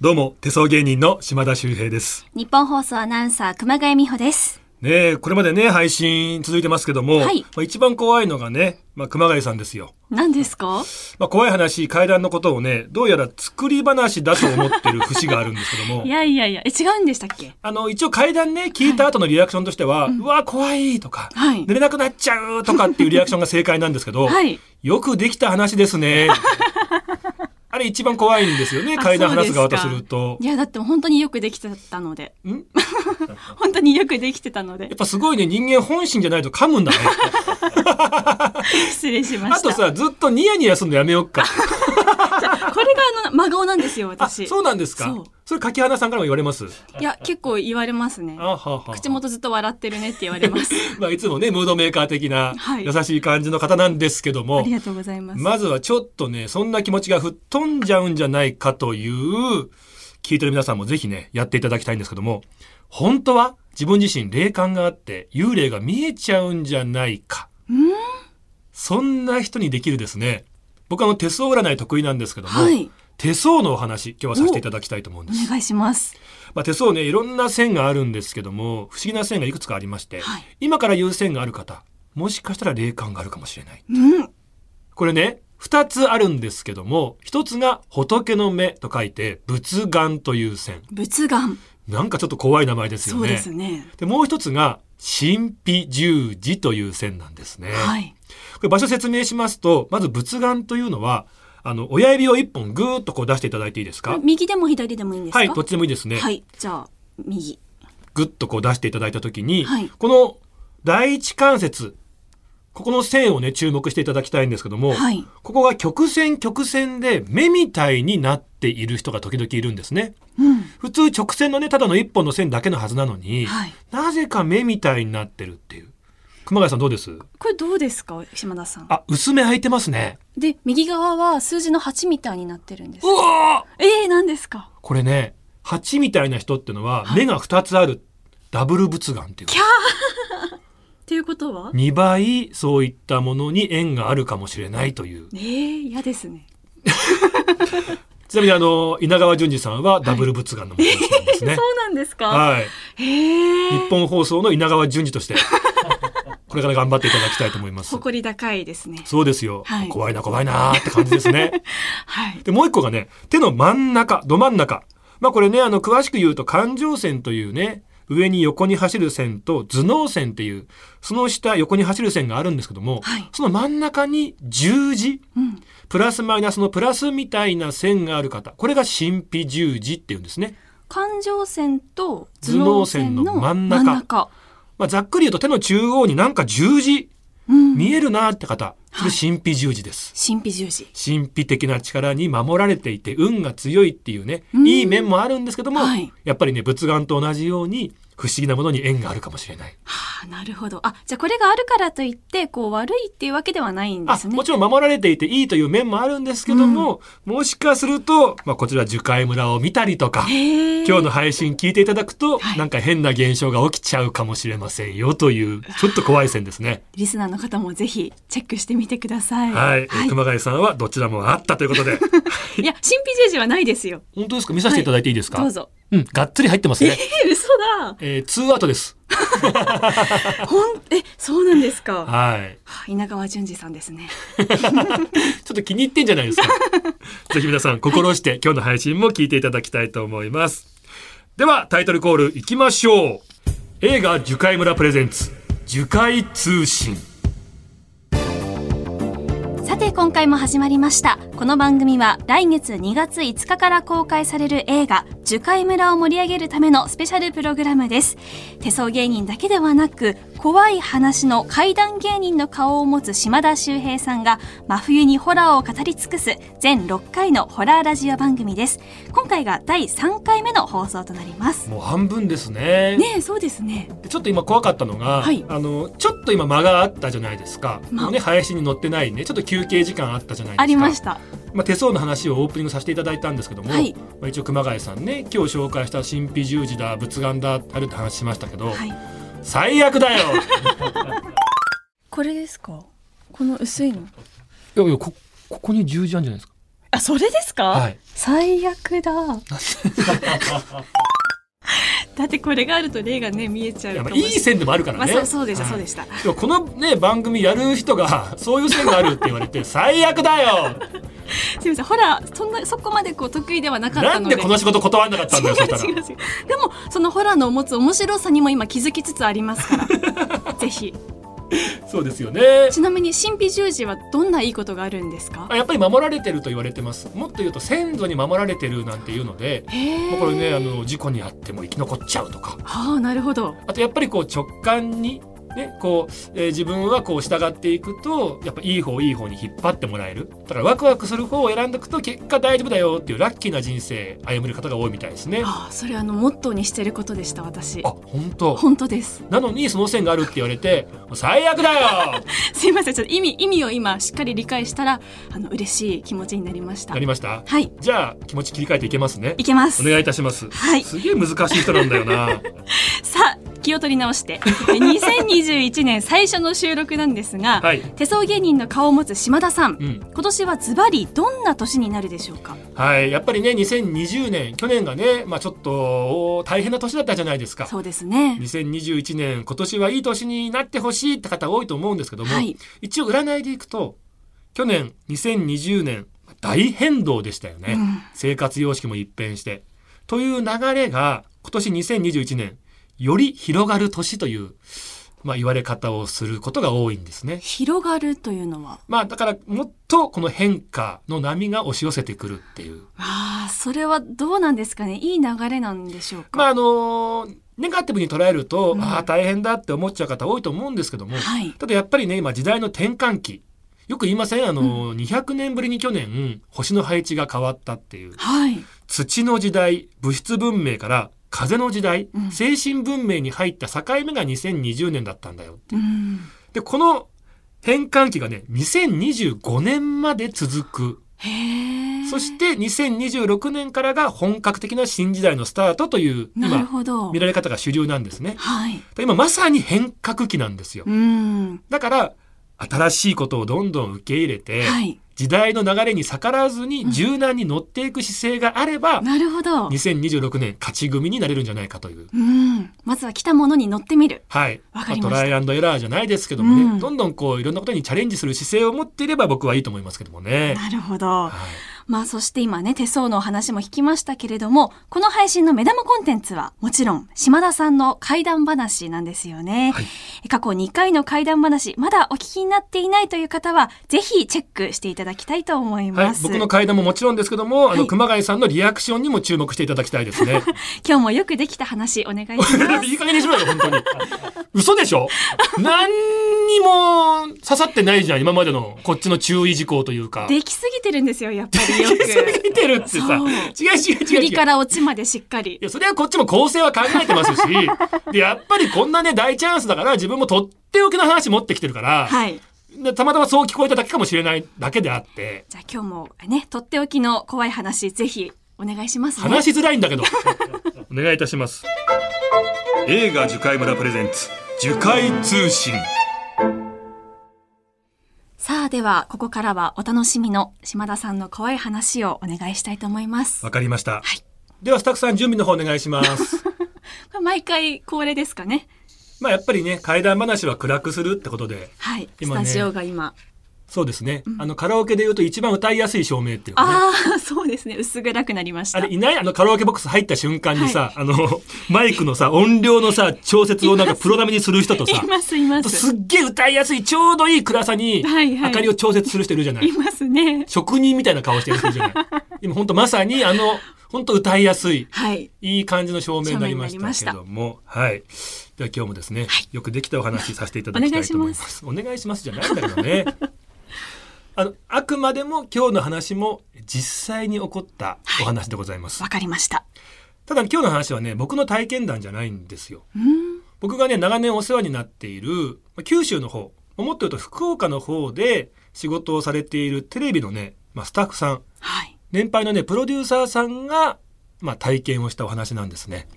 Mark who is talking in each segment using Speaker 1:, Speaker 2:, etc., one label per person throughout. Speaker 1: どうも、手相芸人の島田修平です。
Speaker 2: 日本放送アナウンサー熊谷美穂です。
Speaker 1: ねえ、これまでね、配信続いてますけども、
Speaker 2: はい
Speaker 1: まあ、一番怖いのがね、まあ、熊谷さんですよ。
Speaker 2: 何ですか？
Speaker 1: まあ、怖い話、階段のことをね、どうやら作り話だと思ってる節があるんですけども
Speaker 2: い、やいやいや、え違うんでしたっけ？
Speaker 1: あの、一応階段ね、聞いた後のリアクションとしては、うわ、怖いとか、
Speaker 2: はい
Speaker 1: 寝れなくなっちゃうとかっていうリアクションが正解なんですけど、
Speaker 2: はい
Speaker 1: よくできた話です ね。あれ一番怖いんですよね、
Speaker 2: あ
Speaker 1: 階段
Speaker 2: そうで
Speaker 1: 話す
Speaker 2: すか
Speaker 1: 側とすると
Speaker 2: い。やだって本当によくできてたので、
Speaker 1: ん
Speaker 2: 本当によくできてたの
Speaker 1: や
Speaker 2: で
Speaker 1: っぱすごいね、人間本心じゃないと噛むんだね。
Speaker 2: 失礼しま
Speaker 1: あ
Speaker 2: した。
Speaker 1: とさ、ずっとニヤニヤするのやめよっか。
Speaker 2: これがあの真顔なんですよ
Speaker 1: あ、
Speaker 2: 私。
Speaker 1: そうなんですか
Speaker 2: そう
Speaker 1: それ柿花さんからも言われます。
Speaker 2: いや結構言われますね
Speaker 1: あ。ははは
Speaker 2: 口元ずっと笑ってるねって言われます。
Speaker 1: まあいつもね、ムードメーカー的な
Speaker 2: はい
Speaker 1: 優しい感じの方なんですけど
Speaker 2: あ
Speaker 1: も
Speaker 2: り、がとうございます。
Speaker 1: まずはちょっとね、そんな気持ちが吹っ飛んじゃうんじゃないかという、聞いてる皆さんもぜひね、やっていただきたいんですけども、本当は自分自身霊感があって幽霊が見えちゃうんじゃないか。そんな人にできるですね。僕あの手相占い得意なんですけども、
Speaker 2: はい
Speaker 1: 手相のお話、今日はさせていただきたいと思うんです
Speaker 2: お。願いします。
Speaker 1: まあ、手相ねいろんな線があるんですけども不思議な線がいくつかありまして、
Speaker 2: はい
Speaker 1: 今から言う線がある方もしかしたら霊感があるかもしれない
Speaker 2: うん。
Speaker 1: これね2つあるんですけども1つが仏の目と書いて仏眼という線
Speaker 2: 仏眼。
Speaker 1: なんかちょっと怖い名前ですよ
Speaker 2: そう
Speaker 1: ね
Speaker 2: ですね。
Speaker 1: でもう1つが神秘十字という線なんですね、
Speaker 2: はい。
Speaker 1: これ場所説明しますとまず仏眼というのはあの親指を1本ぐーっとこう出していただいていいですか
Speaker 2: 右でも左でもいいんですか？
Speaker 1: はいどっちでもいいですね、
Speaker 2: はい。じゃあ右。
Speaker 1: グッとこう出していただいたときに、
Speaker 2: はい
Speaker 1: この第一関節、ここの線をね、注目していただきたいんですけども、
Speaker 2: はい
Speaker 1: ここが曲線曲線で目みたいになっている人が時々いるんですね。
Speaker 2: うん。
Speaker 1: 普通直線のね、ただの一本の線だけのはずなのに、
Speaker 2: はい
Speaker 1: なぜか目みたいになってるっていう。熊谷さんどうです
Speaker 2: これどうですか島田さん。
Speaker 1: あ、薄め開いてますね。
Speaker 2: で右側は数字の8みたいになってるんです
Speaker 1: うわー
Speaker 2: えー、何ですか
Speaker 1: これね、蜂みたいな人ってのは目が2つあるダブル仏眼っていう。
Speaker 2: っていうことは
Speaker 1: 2倍そういったものに縁があるかもしれないという
Speaker 2: えー、嫌ですね
Speaker 1: ちなみにあの稲川淳二さんはダブル仏眼の持ち主なんですね
Speaker 2: そうなんですか、
Speaker 1: はい、
Speaker 2: へえ
Speaker 1: 日本放送の稲川淳二としてこれから頑張っていただきたいと思います
Speaker 2: 誇り高いですね
Speaker 1: そうですよ、
Speaker 2: はい
Speaker 1: 怖いな怖いなーって感じです ね
Speaker 2: はい
Speaker 1: でもう一個がね手の真ん中ど真ん中まあこれねあの詳しく言うと環状線というね上に横に走る線と頭脳線っていうその下横に走る線があるんですけども、
Speaker 2: はい
Speaker 1: その真ん中に十字
Speaker 2: うん
Speaker 1: プラスマイナスのプラスみたいな線がある方これが神秘十字っていうんですね、
Speaker 2: 環状線と
Speaker 1: 頭
Speaker 2: 頭
Speaker 1: 脳
Speaker 2: 脳
Speaker 1: 線
Speaker 2: 線
Speaker 1: の
Speaker 2: の
Speaker 1: 真
Speaker 2: 真
Speaker 1: ん
Speaker 2: ん
Speaker 1: 中
Speaker 2: 中
Speaker 1: まあ、ざっくり言うと手の中央になんか十字
Speaker 2: うん、
Speaker 1: 見えるなーって方それ神秘十字です、
Speaker 2: 神秘十字
Speaker 1: 神秘的な力に守られていて運が強いっていうね
Speaker 2: うん
Speaker 1: いい面もあるんですけども、
Speaker 2: はい
Speaker 1: やっぱりね仏眼と同じように不思議なものに縁があるかもしれない
Speaker 2: はあなるほどあじゃあこれがあるからといってこう悪いっていうわけではないんで
Speaker 1: あ
Speaker 2: すね
Speaker 1: もちろん守られていていいという面もあるんですけども、もしかすると、まあ、こちら樹海村を見たりとか、
Speaker 2: へえ
Speaker 1: 今日の配信聞いていただくと、
Speaker 2: はい
Speaker 1: なんか変な現象が起きちゃうかもしれませんよという、ちょっと怖い線ですね。
Speaker 2: リスナーの方もぜひチェックしてみてください
Speaker 1: はい。熊谷さんはどちらもあったということで。
Speaker 2: いや神秘十字はないですよ
Speaker 1: 本当ですか見させていただいていいですか、
Speaker 2: どうぞ
Speaker 1: うん、がっつり入ってます
Speaker 2: え
Speaker 1: ね。
Speaker 2: ー、嘘 だ
Speaker 1: えー、ツーアウトです。
Speaker 2: ほんえそうなんですか、
Speaker 1: はい。
Speaker 2: はあ稲川淳二さんですね
Speaker 1: ちょっと気に入ってんじゃないですか。 ぜひ皆さん心して今日の配信も聞いていただきたいと思います。ではタイトルコールいきましょう。映画樹海村プレゼンツ、樹海通信。
Speaker 2: さて今回も始まりましたこの番組は来月2月5日から公開される映画「樹海村」を盛り上げるためのスペシャルプログラムです手相芸人だけではなく怖い話の怪談芸人の顔を持つ島田秀平さんが真冬にホラーを語り尽くす全6回のホラーラジオ番組です今回が第3回目の放送となります
Speaker 1: もう半分ですね。
Speaker 2: ねえそうですね
Speaker 1: ちょっと今怖かったのが、
Speaker 2: はい
Speaker 1: あのちょっと今間があったじゃないですか、
Speaker 2: まあ
Speaker 1: もうね林に乗ってないねちょっと休憩時間あったじゃないですか
Speaker 2: ありました
Speaker 1: まあ、手相の話をオープニングさせていただいたんですけども、
Speaker 2: はい
Speaker 1: まあ、一応熊谷さんね今日紹介した神秘十字だ仏眼だあるって話しましたけど、
Speaker 2: はい
Speaker 1: 最悪 だよ
Speaker 2: これですかこの薄いの
Speaker 1: いやいやこここに十字あるんじゃないですか
Speaker 3: あ、それですか、
Speaker 1: はい。
Speaker 2: 最悪だ。だってこれがあると霊がね見えちゃう
Speaker 1: や
Speaker 2: か
Speaker 1: っぱ
Speaker 2: もし
Speaker 1: い
Speaker 2: れ
Speaker 1: い
Speaker 2: ない。
Speaker 1: 線でもあるから
Speaker 2: まあ
Speaker 1: ね。
Speaker 2: そうそうでした、
Speaker 1: はい
Speaker 2: そうでした。
Speaker 1: でもこのね、番組やる人が、そういう線があるって言われて、 最悪だよ
Speaker 2: すみません。ほらそんなそこまでこう得意ではなかっ
Speaker 1: な
Speaker 2: たので。
Speaker 1: んでこの仕事断らなかったんだよ、そ したら。
Speaker 2: 違う違う違うでもそのホラーの持つ面白さにも今気づきつつありますから ぜひ
Speaker 1: そうですよね。
Speaker 2: ちなみに神秘十字はどんないいことがあるんですか
Speaker 1: あやっぱり守られてると言われてます。もっと言うと、先祖に守られてるなんていうので、
Speaker 2: へ
Speaker 1: も
Speaker 2: え
Speaker 1: うこれね、あの、事故にあっても生き残っちゃうとか。
Speaker 2: はあなるほど
Speaker 1: あとやっぱりこう直感に、ね、こう、えー自分はこう従っていくと、やっぱいい方いい方に引っ張ってもらえる。だからワクワクする方を選んでいくと結果大丈夫だよっていうラッキーな人生歩める方が多いみたいですね。あ、
Speaker 2: ああそれあのモットーにしてることでした私
Speaker 1: 本当。
Speaker 2: 本当です
Speaker 1: なのにその線があるって言われて、もう最悪だよ
Speaker 2: すいませんちょっと意味意味を今しっかり理解したらあの嬉しい気持ちになりました
Speaker 1: なりました
Speaker 2: はい
Speaker 1: じゃあ気持ち切り替えていけますね
Speaker 2: い。けます
Speaker 1: お願いいたします。
Speaker 2: はい
Speaker 1: すげえ難しい人なんだよ な。
Speaker 2: さあ気を取り直して 2021年最初の収録なんですが、
Speaker 1: はい。
Speaker 2: 手相芸人の顔を持つ島田さん
Speaker 1: うん。
Speaker 2: 今年はズバリどんな年になるでしょうか
Speaker 1: はい。やっぱりね、2020年、去年がね、まあちょっと大変な年だったじゃないですか。
Speaker 2: そうですね
Speaker 1: 2021年今年はいい年になってほしいって方多いと思うんですけども、
Speaker 2: はい
Speaker 1: 一応占いでいくと去年2020年大変動でしたよね、
Speaker 2: うん
Speaker 1: 生活様式も一変して。という流れが今年2021年より広がる年という、まあ、言われ方をすることが多いんですね。
Speaker 2: 広がるというのは
Speaker 1: まあだからもっとこの変化の波が押し寄せてくるっていう。
Speaker 2: ああそれはどうなんですかねいい流れなんでしょうか、
Speaker 1: まああのネガティブに捉えると、
Speaker 2: うん
Speaker 1: ああ大変だって思っちゃう方多いと思うんですけども、
Speaker 2: はい
Speaker 1: ただやっぱりね、今時代の転換期。よく言いませんあの、200年ぶりに去年、星の配置が変わったっていう。
Speaker 2: はい
Speaker 1: 土の時代、物質文明から風の時代、
Speaker 2: うん
Speaker 1: 精神文明に入った境目が2020年だったんだよ。
Speaker 2: うん
Speaker 1: で、この転換期がね、2025年まで続く。
Speaker 2: へえ
Speaker 1: そして2026年からが本格的な新時代のスタートという、
Speaker 2: なる
Speaker 1: 今、
Speaker 2: ほど
Speaker 1: 見られ方が主流なんですね。
Speaker 2: はい
Speaker 1: で今まさに変革期なんですよ。
Speaker 2: うん
Speaker 1: だから、新しいことをどんどん受け入れて、
Speaker 2: はい
Speaker 1: 時代の流れに逆らわず
Speaker 2: うん
Speaker 1: に柔軟に乗っていく姿勢があれば、
Speaker 2: なるほど
Speaker 1: 2026年勝ち組になれるんじゃないかという。
Speaker 2: うんまずは来たものに乗ってみる
Speaker 1: はい。
Speaker 2: わかりま
Speaker 1: ト
Speaker 2: した
Speaker 1: ライアンドエラーじゃないですけどもね、
Speaker 2: うん
Speaker 1: どんどんこういろんなことにチャレンジする姿勢を持っていれば僕はいいと思いますけどもね。
Speaker 2: なるほど
Speaker 1: はい
Speaker 2: まあそして今ね手相のお話も聞きましたけれどもこの配信の目玉コンテンツはもちろん島田さんの怪談話なんですよね、
Speaker 1: はい
Speaker 2: 過去2回の怪談話まだお聞きになっていないという方はぜひチェックしていただきたいと思い
Speaker 1: はい
Speaker 2: ま。す、
Speaker 1: 僕の階段ももちろんですけども、あ
Speaker 2: は
Speaker 1: の、
Speaker 2: い
Speaker 1: 熊谷さんのリアクションにも注目していただきたいですね。
Speaker 2: 今日もよくできた話お願いし ま
Speaker 1: いい加減にしろよ、本当に。嘘でしょ何にも刺さってないじゃん、今までのこっちの注意事項というか。
Speaker 2: すできすぎてるんですよやっぱりよ
Speaker 1: 聞きす
Speaker 2: く
Speaker 1: ぎてるってさ。違
Speaker 2: そう
Speaker 1: う違う
Speaker 2: 振
Speaker 1: 違う違
Speaker 2: り
Speaker 1: う。
Speaker 2: から落ちまでしっかり
Speaker 1: いや、それはこっちも構成は考えてます し、で、やっぱりこんなね、大チャンスだから、自分もとっておきの話持ってきてるから、
Speaker 2: はい
Speaker 1: でたまたまそう聞こえただけかもしれないだけであって、
Speaker 2: じゃあ今日もねとっておきの怖い話ぜひお願いしますね
Speaker 1: 話しづらいんだけど、お願いいたします。映画樹海村プレゼンツ、樹海通信。
Speaker 2: さあではここからはお楽しみの島田さんの怖い話をお願いしたいと思います。こ
Speaker 1: わかりました。
Speaker 2: はい
Speaker 1: では、スタッフさん準備の方お願いし ます。
Speaker 2: れ毎回恒例ですかね。
Speaker 1: まあ、やっぱりね、怪談話は暗くするってことで、
Speaker 2: はい。ス
Speaker 1: 今
Speaker 2: タ
Speaker 1: ね
Speaker 2: ジオが今。
Speaker 1: そうですね。あの、カラオケで言うと一番歌いやすい照明っていうかね。
Speaker 2: ああ、そうですね。薄暗くなりました。
Speaker 1: あれいないあのカラオケボックス入った瞬間にさ、あの、 マイクのさ、音量のさ、調節をなんかプロ並みにする人とさ
Speaker 2: い、ます、いま
Speaker 1: と
Speaker 2: す。
Speaker 1: すっげえ歌いやすい、ちょうどいい暗さに、
Speaker 2: はいはい
Speaker 1: 明かりを調節する人いるじゃない
Speaker 2: い。ますね。
Speaker 1: 職人みたいな顔してる人いるじゃない。今ほんとまさにあの、ほんと歌いやすい、
Speaker 2: はい。
Speaker 1: いい感じの照明になりましたけども、はい。では今日もですね、よくできたお話しさせていただきたいと思います。お願いしますじゃないんだけどね。 あの、あくまでも今日の話も実際に起こったお話でございます
Speaker 2: わ。かりました。
Speaker 1: ただ今日の話はね僕の体験談じゃないんですよ
Speaker 2: うん。
Speaker 1: 僕がね長年お世話になっているまあ九州の方もっと言うと福岡の方で仕事をされているテレビのね、まあ、スタッフさん
Speaker 2: はい。
Speaker 1: 年配のねプロデューサーさんが、まあ、体験をしたお話なんですね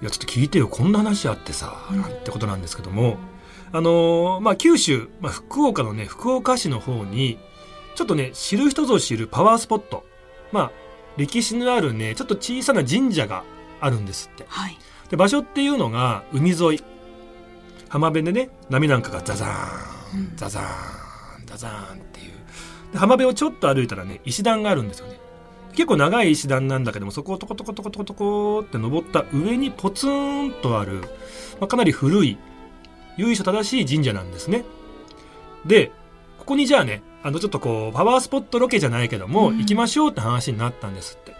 Speaker 1: いやちょっと聞いてよこんな話あってさなんてことなんですけどもあのーまあ九州、まあ、福岡のね福岡市の方にちょっとね、知る人ぞ知るパワースポット。まあ、歴史のあるね、ちょっと小さな神社があるんですって。
Speaker 2: はい。
Speaker 1: で、場所っていうのが海沿い。浜辺でね、波なんかがザザーン、ザザーン、ザザーンっていう。で浜辺をちょっと歩いたらね、石段があるんですよね。結構長い石段なんだけども、そこをトコトコトコトコトコって登った上にポツンとある、まあ、かなり古い、由緒正しい神社なんですね。で、ここにじゃあね、あのちょっとこう、パワースポットロケじゃないけども、
Speaker 2: うん
Speaker 1: 行きましょうって話になったんですって。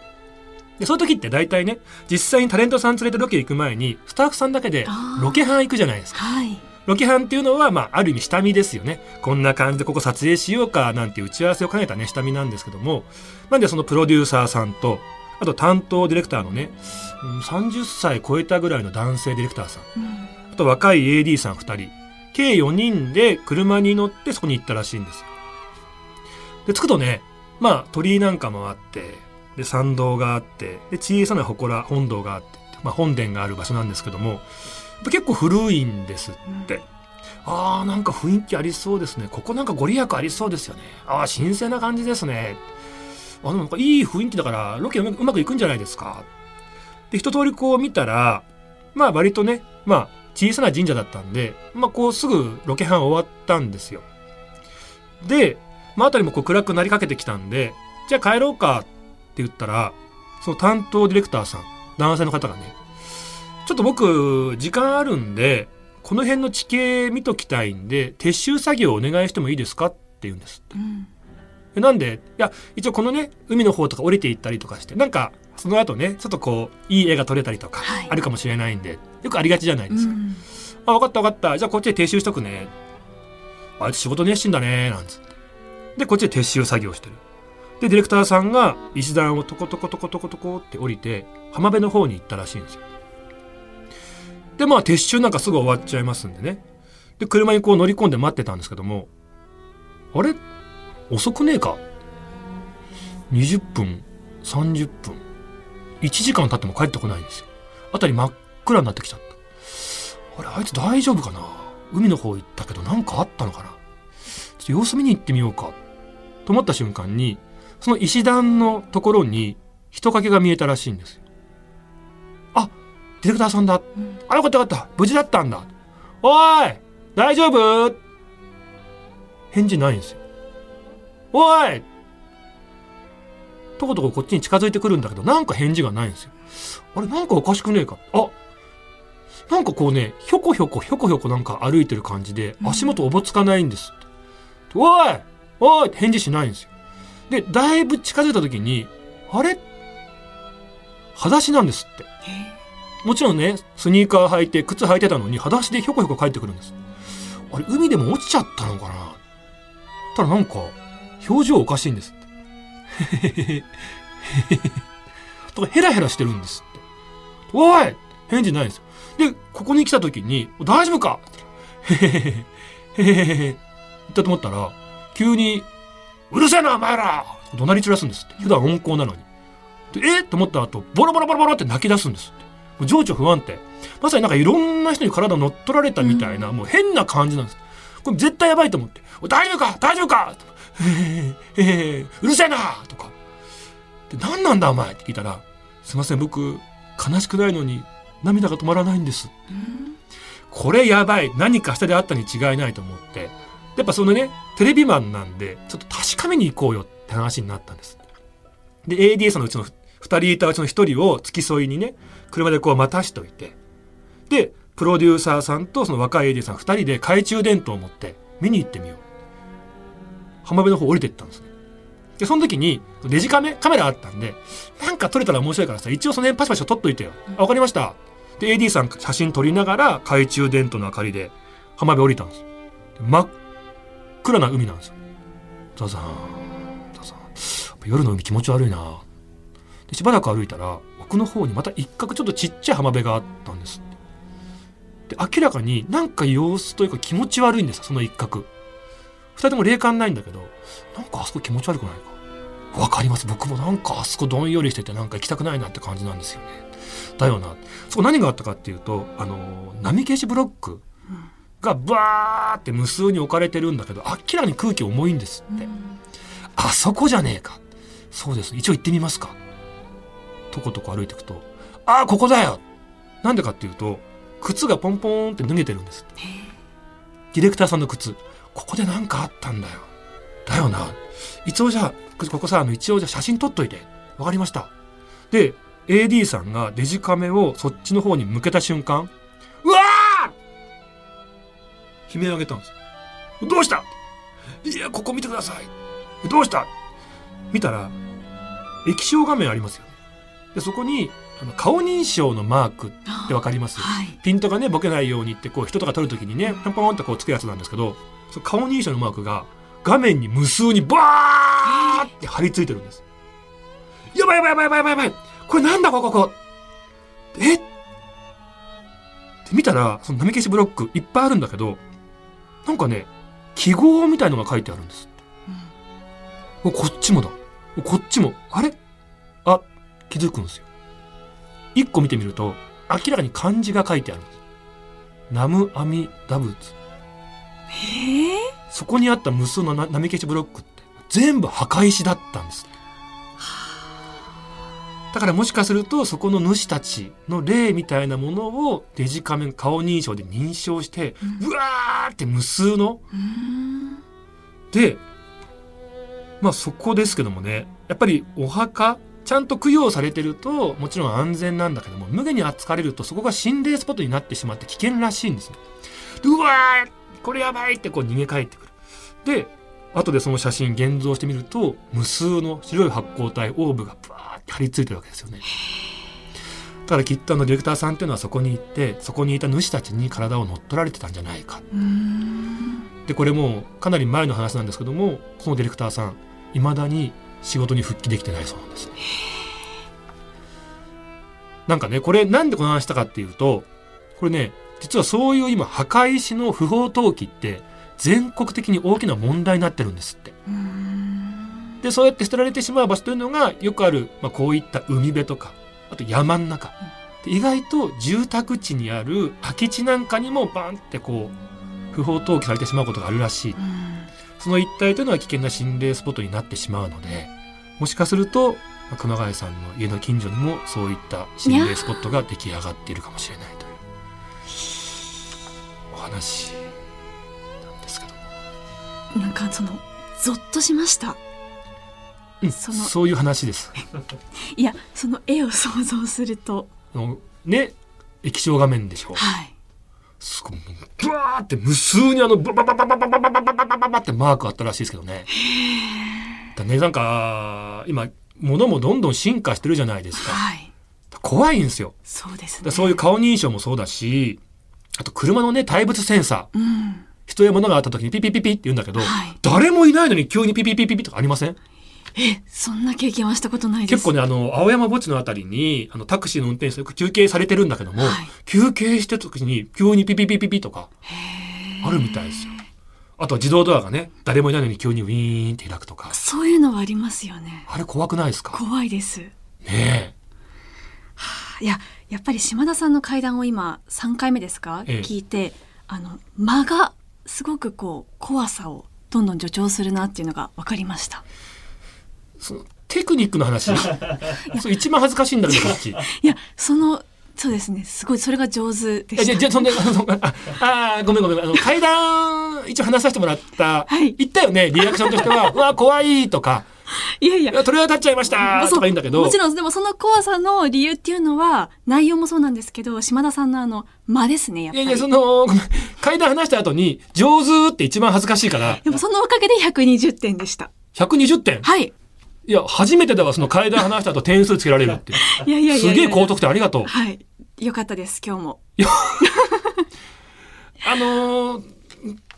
Speaker 1: で、そういう時って大体ね、実際にタレントさん連れてロケ行く前に、スタッフさんだけで
Speaker 2: あー
Speaker 1: ロケハン行くじゃないですか。
Speaker 2: はい。
Speaker 1: ロケハンっていうのは、まあ、ある意味下見ですよね。こんな感じでここ撮影しようかなんていう打ち合わせを兼ねたね、下見なんですけども。なんでそのプロデューサーさんと、あと担当ディレクターのね、うん30歳超えたぐらいの男性ディレクターさん。
Speaker 2: うん
Speaker 1: あと若い AD さん2人。計4人で車に乗ってそこに行ったらしいんですよ。で、着くとね、まあ鳥居なんかもあって、で、参道があって、で、小さな祠、本堂があって、まあ本殿がある場所なんですけども、やっぱ結構古いんですって。ああ、なんか雰囲気ありそうですね。ここなんかご利益ありそうですよね。ああ、神聖な感じですね。あの、なんかいい雰囲気だから、ロケうまくうまくいくんじゃないですか。で、一通りこう見たら、まあ割とね、まあ小さな神社だったんで、まあこうすぐロケハン終わったんですよ。で、まあ辺りもこう暗くなりかけてきたんで、じゃあ帰ろうかって言ったら、その担当ディレクターさん、男性の方がね、ちょっと僕、時間あるんで、この辺の地形見ときたいんで、撤収作業お願いしてもいいですかって言うんですって。
Speaker 2: うん
Speaker 1: えなんで、いや、一応このね、海の方とか降りていったりとかして、なんか、その後ね、ちょっとこう、いい絵が撮れたりとか
Speaker 2: はい、
Speaker 1: あるかもしれないんで、よくありがちじゃないで
Speaker 2: う
Speaker 1: すか。
Speaker 2: ん
Speaker 1: あ、分かった分かった。じゃあこっちで撤収しとくね。あいつ仕事熱心だね、なんつって。で、こっちで撤収作業してる。で、ディレクターさんが石段をトコトコトコトコトコって降りて、浜辺の方に行ったらしいんですよ。で、まあ撤収なんかすぐ終わっちゃいますんでね。で、車にこう乗り込んで待ってたんですけども、あれ遅くねえか ?20 分、30分、1時間経っても帰ってこないんですよ。あたり真っ暗になってきちゃった。あれ、あいつ大丈夫かな海の方行ったけどなんかあったのかなちょっと様子見に行ってみようか。と思った瞬間に、その石段のところに人影が見えたらしいんですよ。あ、ディレクターさんだ。
Speaker 2: うん
Speaker 1: あ、よかったよかった。無事だったんだ。おい大丈夫返事ないんですよ。おいとことここっちに近づいてくるんだけど、なんか返事がないんですよ。あれ、なんかおかしくねえか。あなんかこうね、ひょこひょこひょこひょこなんか歩いてる感じで、
Speaker 2: うん
Speaker 1: 足元おぼつかないんですって。おいおいって返事しないんですよ。で、だいぶ近づいた時に、あれ裸足なんですって。もちろんね、スニーカー履いて、靴履いてたのに、裸足でひょこひょこ帰ってくるんです。あれ、海でも落ちちゃったのかなたらなんか、表情おかしいんですって。へへへへ。へへへ。とか、ヘラヘラしてるんですって。おい返事ないんですよ。で、ここに来た時に、大丈夫かへへへへ。へへへへ。言ったと思ったら、急に、うるせえな、お前ら怒鳴り散らすんですって。普段温厚なのに。でえっと思った後、ボロボロボロボロって泣き出すんですって。もう情緒不安定。まさになんかいろんな人に体を乗っ取られたみたいな、もう変な感じなんです。これ絶対やばいと思って。おい大丈夫か大丈夫かへへへへへうるせえなとか。で、何なんだお前って聞いたら、すいません、僕、悲しくないのに涙が止まらないんです。これやばい何か下であったに違いないと思ってやっぱそのねテレビマンなんでちょっと確かめに行こうよって話になったんですで ADS のうちの2人いたうちの1人を付き添いにね車でこう待たしといてでプロデューサーさんとその若い AD さん2人で懐中電灯を持って見に行ってみよう浜辺の方降りてったんですねでその時にデジカメカメラあったんでなんか撮れたら面白いからさ一応その辺パシパシ撮っといてよあわかりましたで AD さん写真撮りながら懐中電灯の明かりで浜辺降りたんですよで真っ暗な海なんですよザザーンザザーンやっぱ夜の海気持ち悪いなでしばらく歩いたら奥の方にまた一角ちょっとちっちゃい浜辺があったんですってで明らかになんか様子というか気持ち悪いんですよその一角二人とも霊感ないんだけどなんかあそこ気持ち悪くないかわかります僕もなんかあそこどんよりしててなんか行きたくないなって感じなんですよねだよなそこ何があったかっていうとあの波消しブロックがバーって無数に置かれてるんだけど明らかに空気重いんですって、あそこじゃねえか。そうです。一応行ってみますか。とことこ歩いていくと、ああ、ここだよなんでかっていうと、靴がポンポーンって脱げてるんです。ディレクターさんの靴。ここで何かあったんだよ。だよな。一応じゃあ、ここさ、あの、一応じゃあ写真撮っといて。わかりました。で、AD さんがデジカメをそっちの方に向けた瞬間、うわー悲鳴を上げたんです。どうしたいや、ここ見てください。どうした見たら、液晶画面ありますよね。で、そこに、あの顔認証のマークってわかります
Speaker 2: はい。
Speaker 1: ピントがねボケないようにってこう人とか撮るときにねポンポンってこうつくやつなんですけどその顔認証のマークが画面に無数にバーって貼り付いてるんですやばいやばいやばいやばいやばいこれなんだここここえって見たらその波消しブロックいっぱいあるんだけどなんかね記号みたいのが書いてあるんですおこっちもだおこっちもあれあ気づくんですよ一個見てみると明らかに漢字が書いてあるんですナムアミダ仏
Speaker 2: へえ。
Speaker 1: そこにあった無数のな波消しブロックって全部墓石だったんですだからもしかするとそこの主たちの霊みたいなものをデジカメ顔認証で認証してうわーって無数の
Speaker 2: うーん。
Speaker 1: でまあそこですけどもねやっぱりお墓ちゃんと供養されてるともちろん安全なんだけども無下に扱われるとそこが心霊スポットになってしまって危険らしいんですね。でうわーこれやばいってこう逃げ帰ってくる。で後でその写真現像してみると無数の白い発光体オーブがバーって張り付いてるわけですよね。だからきっとあのディレクターさんっていうのはそこに行ってそこにいた主たちに体を乗っ取られてたんじゃないか
Speaker 2: うーん。
Speaker 1: でこれもうかなり前の話なんですけどもそのディレクターさんいまだに仕事に復帰できてないそうなんですねなんかねこれなんでこの話したかっていうとこれね実はそういう今墓石の不法投棄って全国的に大きな問題になってるんですって
Speaker 2: うーん
Speaker 1: でそうやって捨てられてしまう場所というのがよくある、まあ、こういった海辺とかあと山の中で意外と住宅地にある空き地なんかにもバンってこう不法投棄されてしまうことがあるらしいその一帯というのは危険な心霊スポットになってしまうので、もしかすると、熊谷さんの家の近所にもそういった心霊スポットが出来上がっているかもしれないというお話なんですけども、
Speaker 2: なんかそのゾッとしました。
Speaker 1: うん、
Speaker 2: その
Speaker 1: そういう話です。
Speaker 2: いや、その絵を想像すると、
Speaker 1: あのね、液晶画面でしょ。
Speaker 2: はい。
Speaker 1: すごい、もうブワーって無数にあの、ババババババババババババババってマークあったらしいですけどね。だね、なんか、今、物もどんどん進化してるじゃないですか。
Speaker 2: はい。
Speaker 1: 怖いんですよ。
Speaker 2: そうです
Speaker 1: だ
Speaker 2: ね。
Speaker 1: そういう顔認証もそうだし、あと車のね、対物センサー。
Speaker 2: うん。
Speaker 1: 人や物があった時にピピピピって言うんだけど、
Speaker 2: はい
Speaker 1: 誰もいないのに急にピピピピピとかありません
Speaker 2: え、そんな経験はしたことないで
Speaker 1: 結
Speaker 2: す。
Speaker 1: 構ね、あの、青山墓地のあたりに、あの、タクシーの運転手よく休憩されてるんだけども、
Speaker 2: はい
Speaker 1: 休憩してる時に急にピピピピピとか、あるみたいですよ。あとは自動ドアがね、誰もいないのに急にウィーンって開くとか、
Speaker 2: そういうのはありますよね。
Speaker 1: あれ怖くないですか
Speaker 2: 怖いです。
Speaker 1: ね
Speaker 2: いや、やっぱり島田さんの会談を今3回目ですか、
Speaker 1: ええ
Speaker 2: 聞いて、あの間がすごくこう怖さをどんどん助長するなっていうのが分かりました。
Speaker 1: え。そのテクニックの話。 それ一番恥ずかしいんだけど、こっち。
Speaker 2: いや、そのそうですね。すごいそれが上手で
Speaker 1: えじゃ
Speaker 2: し
Speaker 1: じ
Speaker 2: た。
Speaker 1: ゃそんで、あのああー、ごめんごめん。あの、階段、一応話させてもらった。
Speaker 2: はい
Speaker 1: 言ったよね、リアクションとして は。うわ、怖いとか、
Speaker 2: いやいや
Speaker 1: い。や鳥肌立っちゃいましたと
Speaker 2: そ
Speaker 1: か
Speaker 2: う
Speaker 1: 言うんだけど。
Speaker 2: もちろんでもその怖さの理由っていうのは内容もそうなんですけど島田さんのあの間ですねやっ
Speaker 1: い
Speaker 2: ぱ
Speaker 1: や
Speaker 2: り
Speaker 1: いや、その、ごめん階段話した後に、上手って一番恥ずかしいから、
Speaker 2: でもそのおかげで120点でした
Speaker 1: 120点。
Speaker 2: はい
Speaker 1: いや、初めてだわ、その階段話した後点数つけられるっていう。
Speaker 2: い やいやいやいや
Speaker 1: すげえ高得点ありがとう。
Speaker 2: はいよかったです今日も
Speaker 1: あのー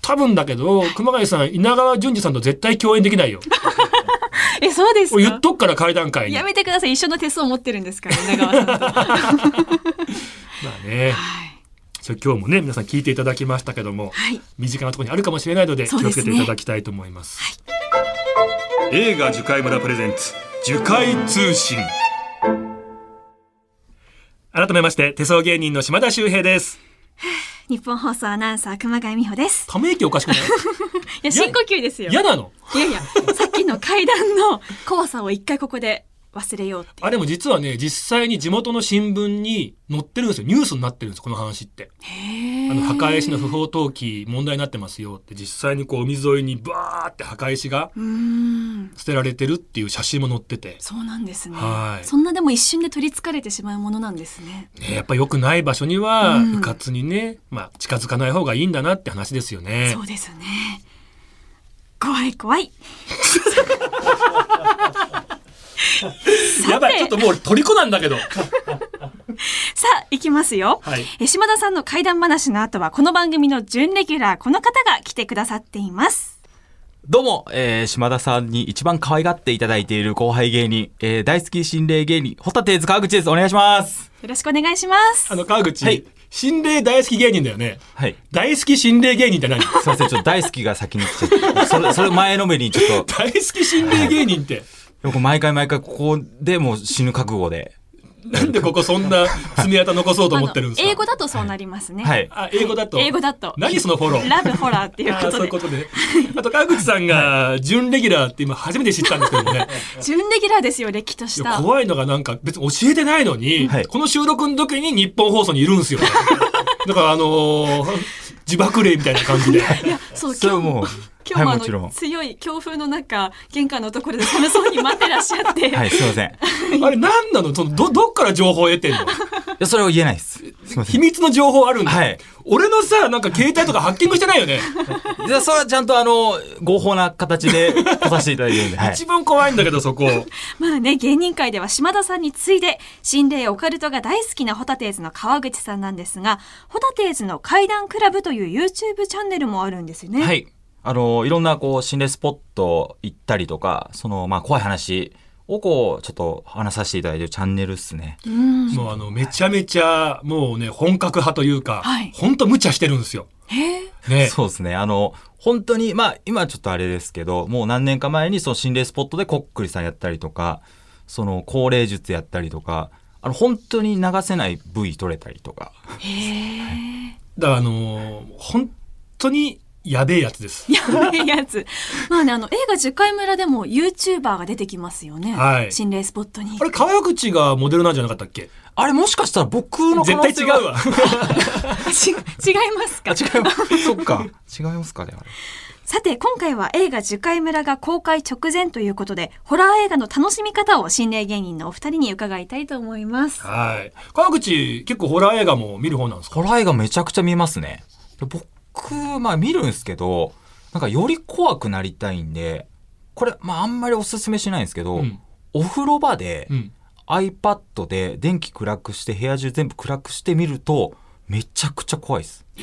Speaker 1: 多分だけど、熊谷さん、稲川淳二さんと絶対共演でき ないよ。
Speaker 2: えそうですか
Speaker 1: 俺言っとくから、階段会に。
Speaker 2: や
Speaker 1: ま
Speaker 2: めてください。一緒の手相持ってるんですから、稲川さ んと。は
Speaker 1: あね、
Speaker 2: い。
Speaker 1: それ今日もね、皆さん聞いていただきましたけども。
Speaker 2: はい。
Speaker 1: 身近なところにあるかもしれないので気
Speaker 2: そう
Speaker 1: を
Speaker 2: で
Speaker 1: つ
Speaker 2: す
Speaker 1: け
Speaker 2: ね
Speaker 1: ていただきたいと思います映画「樹海村プレゼンツ樹海通信」改めまして手相芸人の島田秀平です
Speaker 2: 日本放送アナウンサー熊谷美穂です。
Speaker 1: ため息おかしくない
Speaker 2: いや、深呼吸ですよ。
Speaker 1: 嫌なの
Speaker 2: いやいや、さっきのの階段の怖さを一回ここで忘れようっていう
Speaker 1: あれも実はね、実際に地元の新聞に載ってるんですよ。ニュースになってるんですよ、この話って。
Speaker 2: へー
Speaker 1: あの、墓石の不法投棄問題になってますよって、実際にこう、海沿いにバーって墓石が
Speaker 2: うーん
Speaker 1: 捨てられてるっていう写真も載ってて、
Speaker 2: そうなんですね
Speaker 1: はい
Speaker 2: そんなでも一瞬で取り憑かれてしまうものなんですね
Speaker 1: ね、やっぱ良くない場所には、
Speaker 2: うん
Speaker 1: うかつにね、まあ、近づかない方がいいんだなって話ですよね
Speaker 2: そ。うですね怖い怖い
Speaker 1: やばい、ちょっともう虜なんだ けど。
Speaker 2: さあ行きますよ
Speaker 1: はい。
Speaker 2: え島田さんの怪談話の後はこの番組の準レギュラーこの方が来てくださっています
Speaker 3: どうも、えー、島田さんに一番可愛がっていただいている後輩芸人、えー、大好き心霊芸人、ホタテーズ川口です。お願いします。
Speaker 2: よろしくお願いしま
Speaker 1: あ
Speaker 2: す
Speaker 1: の、川口、
Speaker 3: はい
Speaker 1: 心霊大好き芸人だよね。
Speaker 3: はい。
Speaker 1: 大好き心霊芸人 って何
Speaker 3: すいません、ちょっと大好きが先に来ちゃって、それ、それ前のめりにちょっと、
Speaker 1: 大好き心霊芸人って。
Speaker 3: 僕毎回毎回ここでもう死ぬ覚悟で。
Speaker 1: なんでここそんな爪痕残そうと思ってるんですか
Speaker 2: あの英語だとそうなりますね
Speaker 3: はい。
Speaker 1: あ、英語だと。
Speaker 2: 英語だと
Speaker 1: 何そのフォロー。
Speaker 2: ラブホラーっていう
Speaker 1: あ
Speaker 2: こ
Speaker 1: ー
Speaker 2: と
Speaker 1: そういう
Speaker 2: で
Speaker 1: ことでね。あと、川口さんが、準レギュラーって今初めて知ったんですけど ね。
Speaker 2: 準レギュラーですよれっきと
Speaker 1: い
Speaker 2: し
Speaker 1: や
Speaker 2: た
Speaker 1: 怖いのがなんか別に教えてないのに、
Speaker 3: はい
Speaker 1: この収録の時に日本放送にいるんですよ。 だからあのー自爆霊みたいな感じで。
Speaker 2: いやそう
Speaker 3: それ
Speaker 2: 今
Speaker 3: は
Speaker 2: 日も
Speaker 3: もう、
Speaker 2: 今日も
Speaker 3: は
Speaker 2: あ
Speaker 3: い、もちろ
Speaker 2: の
Speaker 3: ん。
Speaker 2: 強い強風の中玄関のところで寒そうに待ってらっし ゃって、
Speaker 3: はい、すいません。い
Speaker 1: あれ何なのそのど、どっから情報を得てんの
Speaker 3: や、それは言えないです。すいませ
Speaker 1: 秘
Speaker 3: ん。
Speaker 1: 密の情報あるんだ。
Speaker 3: はい
Speaker 1: 俺のさ、なんか携帯とかハッキングしてないよね。
Speaker 3: いや、それはちゃんとあの、合法な形で来させていただいてるんで、はい
Speaker 1: 一。番怖いんだけど、そこ。
Speaker 2: まあね芸人界では島田さんに次いで心霊オカルトが大好きなホタテーズの川口さんなんですがホタテーズの怪談クラブという YouTube チャンネルもあるんですよね。
Speaker 3: はい。あの、いろんなこう、心霊スポット行ったりとか、その、まあ、怖い話をこう、ちょっと話させていただいてるチャンネルっすね。
Speaker 2: うん
Speaker 1: もうあの、めちゃめちゃ、もうね、本格派というか、
Speaker 2: はい
Speaker 1: ほんと無茶してるんですよ。
Speaker 2: へえ
Speaker 1: ね。
Speaker 3: そうですね。あの、本当に、まあ、今ちょっとあれですけど、もう何年か前にその心霊スポットでこっくりさんやったりとか、その、高齢術やったりとか、あの、本当に流せない部位取れたりとか。
Speaker 2: へ
Speaker 1: だからあのー本当にやべえやつです。
Speaker 2: えやべえ やつまあねあの映画「十回村」でも YouTuber が出てきますよね、
Speaker 1: はい
Speaker 2: 心霊スポットに
Speaker 1: あれ、川口がモデルなんじゃなかったっけ
Speaker 3: あれもしかしたら僕の可
Speaker 1: 絶
Speaker 3: 能
Speaker 1: 対
Speaker 3: 性
Speaker 1: 違
Speaker 3: が
Speaker 1: うわ。
Speaker 2: ち 違います
Speaker 3: あ、
Speaker 2: か
Speaker 3: 違います。 そっか。違いますかね、あれ。
Speaker 2: さて今回は映画「樹海村」が公開直前ということでホラー映画の楽しみ方を心霊芸人のお二人に伺いたいと思います。
Speaker 1: はい。川口、結構ホラー映画も見る方なんですか
Speaker 3: ホラー映画めちゃくちゃ見ますね。で僕、まあ見るんですけど、なんかより怖くなりたいんで、これ、まああんまりおすすめしないんですけど、
Speaker 1: うん
Speaker 3: お風呂場で、
Speaker 1: うん。
Speaker 3: iPad で電気暗くして部屋中全部暗くしてみると、めちゃくちゃ怖いです。
Speaker 1: お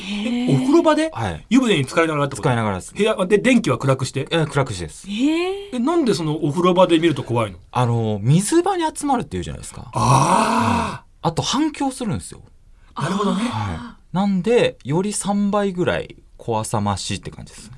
Speaker 1: 風呂場で
Speaker 3: はい。
Speaker 1: 湯船に浸かりながらってこと
Speaker 3: 使いながらです。
Speaker 1: 部屋で電気は暗くして。
Speaker 3: えー暗くしてです。
Speaker 2: ええ
Speaker 1: え、なんでそのお風呂場で見ると怖いの
Speaker 3: あの、水場に集まるっていうじゃないですか。
Speaker 1: あ
Speaker 3: あと反響するんですよ。
Speaker 1: あ。なるほどね。
Speaker 3: はい。なんで、より3倍ぐらい怖さましいって感じですね。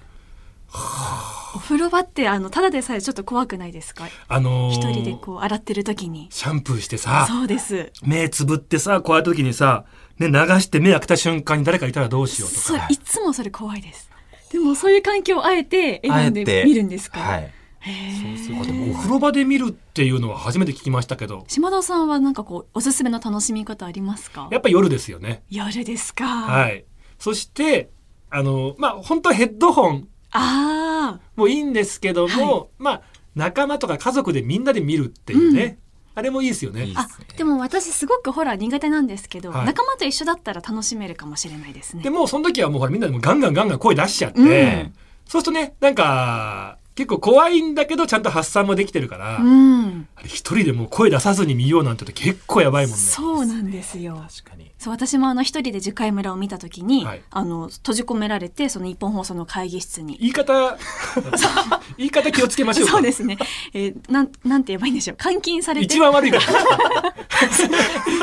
Speaker 2: お風呂場ってあのただでさえちょっと怖くないですか
Speaker 1: あのー
Speaker 2: 一人でこう洗ってる時に
Speaker 1: シャンプーしてさ、
Speaker 2: そうです
Speaker 1: 目つぶってさ、こうやった時にさ、ね、流して目開けた瞬間に誰かいたらどうしようとか。
Speaker 2: そういつもそれ怖いですでもそういう環境をあえて選んで見るんですか、
Speaker 3: はい。
Speaker 2: へえ
Speaker 1: あでもお風呂場で見るっていうのは初めて聞きましたけど、
Speaker 2: 島田さんはなんかこうおすすめの楽しみ方ありますか
Speaker 1: やっぱ夜ですよね。
Speaker 2: 夜ですか、、
Speaker 1: はいい。そして、あの、まあ、本当はヘッドホン
Speaker 2: ああ
Speaker 1: もいいんですけども、まあ、仲間とか家族でみんなで見るっていうね。あれもいいですよね。
Speaker 3: いい
Speaker 2: あ
Speaker 3: すね
Speaker 2: でも私すごくホラー苦手なんですけど、
Speaker 1: はい
Speaker 2: 仲間と一緒だったら楽しめるかもしれないですね。
Speaker 1: でもうその時はもうほらみんなでもうガンガンガンガン声出しちゃって、
Speaker 2: うん
Speaker 1: そうするとね、なんか、結構怖いんだけどちゃんと発散もできてるから、
Speaker 2: うん、
Speaker 1: あれ一人でもう声出さずに見ようなんて結構やばいもんね。
Speaker 2: そうなんですよ。
Speaker 3: 確かに。
Speaker 2: そう私もあの一人で樹海村を見た時に、
Speaker 1: はい
Speaker 2: あの閉じ込められてその日本放送の会議室に。
Speaker 1: 言い 方、言い方気をつけましょうか。
Speaker 2: そうですね。えー、なんなんて言えばいいんでしょう。監禁されて
Speaker 1: 一番悪いから。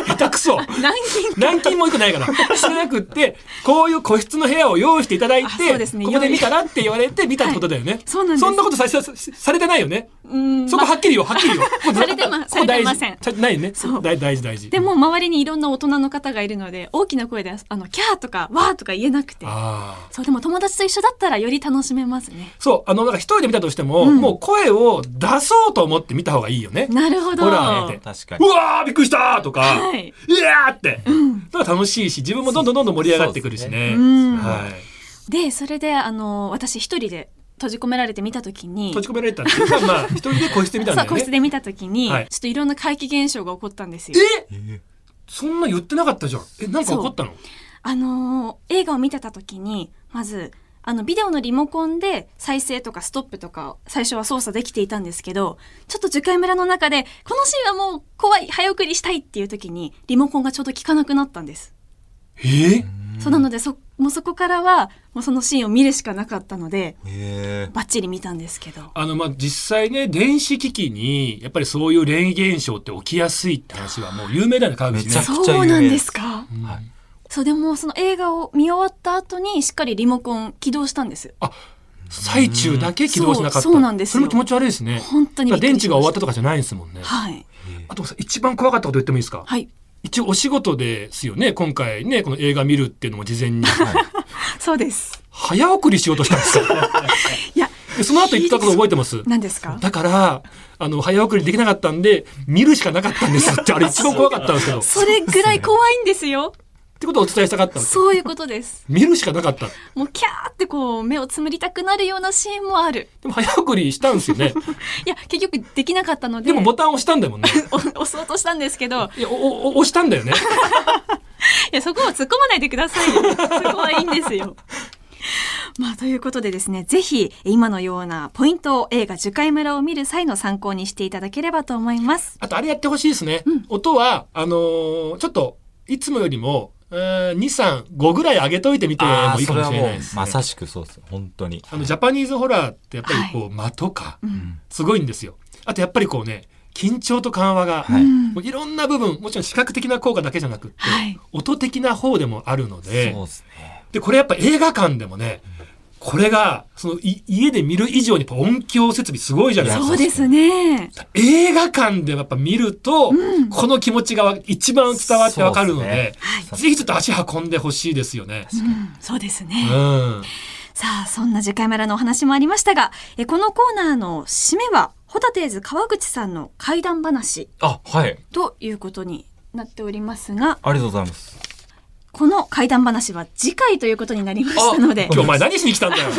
Speaker 1: 下手くそ。
Speaker 2: 軟禁
Speaker 1: 軟禁も良くないから。してなくって、こういう個室の部屋を用意していただい
Speaker 2: あそう
Speaker 1: て、
Speaker 2: ですね
Speaker 1: ここで見たらって言われて見たってことだよね。
Speaker 2: そうなんです
Speaker 1: んなことさせさされてないよね。
Speaker 2: うん
Speaker 1: そこはっきりよ、はっきりよ。
Speaker 2: されてま
Speaker 1: ここ大事
Speaker 2: されてません
Speaker 1: ちゃないね。
Speaker 2: そう
Speaker 1: 大大事、大事。
Speaker 2: でも周りにいろんな大人の方がいるので大きな声であのキャーとかわーとか言えなくて
Speaker 1: ああ。
Speaker 2: そうでも友達と一緒だったらより楽しめますね
Speaker 1: そう、あの、なんか一人で見たとしても、
Speaker 2: うん
Speaker 1: もう声を出そうと思って見た方がいいよね。
Speaker 2: なるほど
Speaker 1: ほらねって
Speaker 3: 確か
Speaker 1: う
Speaker 3: に。
Speaker 1: わーびっくりしたーとか、、
Speaker 2: はいい
Speaker 1: やーって。だから楽しいし、自分もどんどんどんどん盛り上がってくるしね。
Speaker 2: そうですねうん
Speaker 1: はい。
Speaker 2: でそれであの私一人で閉じ込められて見た時に
Speaker 1: 閉じ込められたっていうか、まあ、一人で個室で見たんだ
Speaker 2: そ
Speaker 1: よ
Speaker 2: う個室
Speaker 1: ね。
Speaker 2: で見た時に、
Speaker 1: はい
Speaker 2: ちょっといろんな怪奇現象が起こったんですよ
Speaker 1: え
Speaker 3: え
Speaker 1: そんな言ってなかったじゃん。え、なんか怒ったの
Speaker 2: あのー映画を見てた時にまずあのビデオのリモコンで再生とかストップとか最初は操作できていたんですけどちょっと樹海村の中でこのシーンはもう怖い早送りしたいっていう時にリモコンがちょうど効かなくなったんです、
Speaker 1: えー
Speaker 2: そうなのでそもうそこからはもうそのシーンを見るしかなかったので
Speaker 3: ーえー
Speaker 2: バッチリ見たんですけど
Speaker 1: あの、まあ、実際ね、電子機器に、やっぱりそういう霊現象って起きやすいって話はもう有名だよね、川口
Speaker 3: めちゃ
Speaker 1: ね
Speaker 3: く。ち
Speaker 2: そう
Speaker 3: 有名
Speaker 2: なんですか
Speaker 1: うん
Speaker 3: はい
Speaker 2: そうでもその映画を見終わった後にしっかりリモコン起動したんです
Speaker 1: 最中だけ起動しなかった。
Speaker 2: そうそうなんですよ
Speaker 1: それも気持ち悪いですね。
Speaker 2: 本当
Speaker 1: だ
Speaker 2: に
Speaker 1: から
Speaker 2: びっくり
Speaker 1: 電池
Speaker 2: し
Speaker 1: が
Speaker 2: ま
Speaker 1: 終わ
Speaker 2: し
Speaker 1: った
Speaker 2: た
Speaker 1: とかじゃないですもんね。
Speaker 2: はい
Speaker 1: あとさ、一番怖かったこと言ってもいいですか
Speaker 2: はい
Speaker 1: 一応お仕事ですよね、今回ね、この映画見るっていうのも事前に。
Speaker 2: そうです
Speaker 1: 早送りしようとしたんです よ。
Speaker 2: いや
Speaker 1: でその後言ったこと覚えてます。
Speaker 2: 何ですか
Speaker 1: だから、あの、早送りできなかったんで、見るしかなかったんですって、あれ一番怖かったんですけど。っ
Speaker 2: それぐらい怖いんですよ。
Speaker 1: てことをお伝えしたかったんです。
Speaker 2: そういうことです。
Speaker 1: 見るしかなかった。
Speaker 2: もうキャーってこう目をつむりたくなるようなシーンもある。
Speaker 1: でも早送りしたんですよね。
Speaker 2: いや、結局できなかったので。
Speaker 1: でもボタン押したんだもんね。
Speaker 2: お 押そうとしたんですけど、
Speaker 1: いや、おお押したんだよね。
Speaker 2: いや、そこを突っ込まないでくださいよ。そこはいいんですよ。 まあ、ということでですね、ぜひ、今のようなポイントを映画樹海村を見る際の参考にしていただければと思います。
Speaker 1: あとあれやってほしいですね。音は、あのーちょっと、いつもよりも、えー2、3、5ぐらい上げといてみて
Speaker 3: あ
Speaker 1: もい
Speaker 3: ー
Speaker 1: いか
Speaker 3: それ
Speaker 1: もし
Speaker 3: は
Speaker 1: れ
Speaker 3: も
Speaker 1: ないうです、ね。
Speaker 3: まさしくそうです本当に
Speaker 1: あの、ジャパニーズホラーってやっぱりこう、間とか、すごいんですよ。あとやっぱりこうね、緊張と緩和が、
Speaker 3: はい
Speaker 2: うん
Speaker 1: もういろんな部分、もちろん視覚的な効果だけじゃなくって、
Speaker 2: はい
Speaker 1: 音的な方でもあるので
Speaker 3: そう、ですね
Speaker 1: で、これやっぱ映画館でもね、これが、その、い家で見る以上にやっぱ音響設備すごいじゃないです
Speaker 2: そ
Speaker 1: か
Speaker 2: う。ですね。
Speaker 1: 映画館でやっぱ見ると、
Speaker 2: うん
Speaker 1: この気持ちが一番伝わってわかるので、
Speaker 3: そうですね
Speaker 2: はい。
Speaker 1: ぜひちょっと足運んでほしいですよね。
Speaker 2: うん、そうですね。
Speaker 1: うん。
Speaker 2: さあ、そんな次回村のお話もありましたが、えこのコーナーの締めは、ホタテーズ川口さんの怪談話
Speaker 3: あはい
Speaker 2: ということになっておりますが、
Speaker 3: ありがとうございます
Speaker 2: この怪談話は次回ということになりましたので
Speaker 1: 今、日お前何しに来たんだ よ。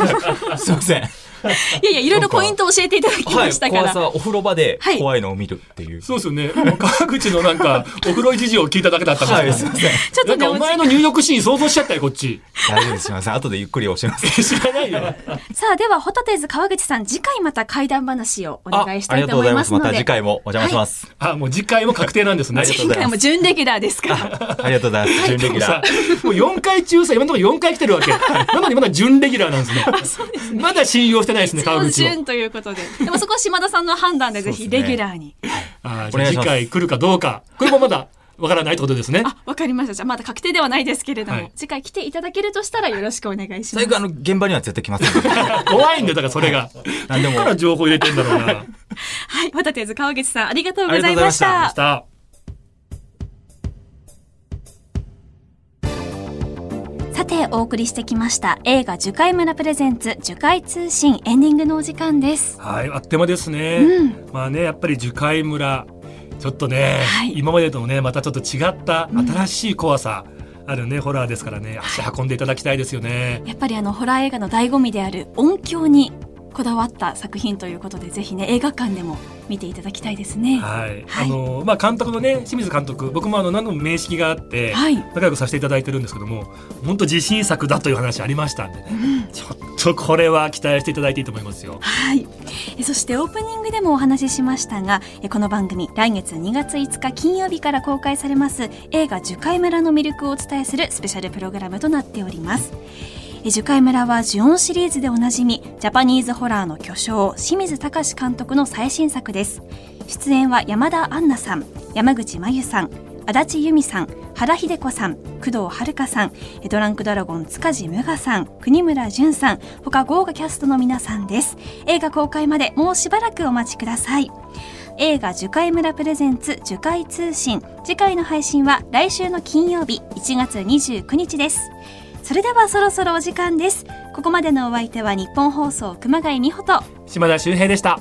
Speaker 3: すいません
Speaker 2: いやいや、いろいろポイントを教えていただき
Speaker 3: は
Speaker 2: ま
Speaker 3: い
Speaker 2: したから。
Speaker 3: 怖さお風呂場で
Speaker 2: はい
Speaker 3: 怖いのを見るっていう
Speaker 1: そうですよね。もう川口のなんか、お風呂事情を聞いただけだったか
Speaker 3: は
Speaker 1: ら。
Speaker 3: いすいません
Speaker 2: ちょっ
Speaker 1: な
Speaker 2: と
Speaker 1: んかお前の
Speaker 2: ね、
Speaker 1: 入浴シーン想像しちゃったよ、こっち。
Speaker 3: 大丈夫ですすいません後でゆっくり教えます
Speaker 1: 知らないよ。
Speaker 2: さあ、では、ホタテーズ川口さん、次回また怪談話をお
Speaker 3: あ
Speaker 2: 願いしたいと思いますの
Speaker 3: あ
Speaker 2: で。
Speaker 3: りがとうございますまた次回もお邪魔します、
Speaker 1: あ、もう次回も確定なんですね。
Speaker 3: ありがとう
Speaker 2: 次
Speaker 3: ござい
Speaker 2: 回
Speaker 3: ます
Speaker 2: も準レギュラーですから。
Speaker 3: ありがとうございます準レギュラー
Speaker 1: もう4回中さ、今のところ4回来てるわけ。なのにまだ準レギュラーなんですね。まだ信用してないですね、川口を。
Speaker 2: 準ということで。でもそこは島田さんの判断で、ぜひレギュラーに。
Speaker 1: あー
Speaker 3: お願いし
Speaker 1: じゃあ
Speaker 3: ま
Speaker 1: 次
Speaker 3: す
Speaker 1: 回来るかどうか。これもまだわからないってことですね。
Speaker 2: あ、わかりました。じゃあまだ確定ではないですけれども、
Speaker 1: はい
Speaker 2: 次回来ていただけるとしたらよろしくお願いしま
Speaker 3: 最
Speaker 2: す。
Speaker 3: 後あの現場には絶対来ませんので
Speaker 1: 怖いんだよ、だからそれが。
Speaker 3: 何で
Speaker 1: だ
Speaker 3: も
Speaker 1: から情報入れてんだろうな。 あり
Speaker 2: はい、ホタテーズ川口さんありがとうございまし
Speaker 3: ありがとうございま
Speaker 2: た
Speaker 1: まし。た。
Speaker 2: さてお送りしてきました映画「樹海村プレゼンツ樹海通信」エンディングのお時間です。
Speaker 1: はい、あっという間ですね。
Speaker 2: うん
Speaker 1: まあね、やっぱり樹海村。ちょっとね、
Speaker 2: はい
Speaker 1: 今までともね、またちょっと違った新しい怖さ。あるね、ホラーですからね、足運んでいただきたいですよね。
Speaker 2: やっぱりあのホラー映画の醍醐味である音響にこだわった作品ということでぜひね映画館でも見ていただきたいですね。は
Speaker 1: はい、
Speaker 2: はい
Speaker 1: あのまあ監督のね清水監督僕もあの何度も面識があって
Speaker 2: い、
Speaker 1: 仲良くさせていただいてるんですけども本当自信作だという話ありましたんでね、ちょっとこれは期待していただいていいと思いますよ
Speaker 2: はい、えそしてオープニングでもお話ししましたがえこの番組来月2月5日金曜日から公開されます映画「樹海村」の魅力をお伝えするスペシャルプログラムとなっております。え樹海村はジュオンシリーズでおなじみジャパニーズホラーの巨匠清水隆監督の最新作です出演は山田杏奈さん山口真由さん足立由美さん原秀子さん工藤遥さんえドランクドラゴン塚地無我さん国村淳さん他豪華キャストの皆さんです映画公開までもうしばらくお待ちください映画「樹海村プレゼンツ樹海通信」次回の配信は来週の金曜日1月29日ですそれではそろそろお時間ですここまでのお相手は日本放送熊谷美穂と
Speaker 1: 島田秀平でした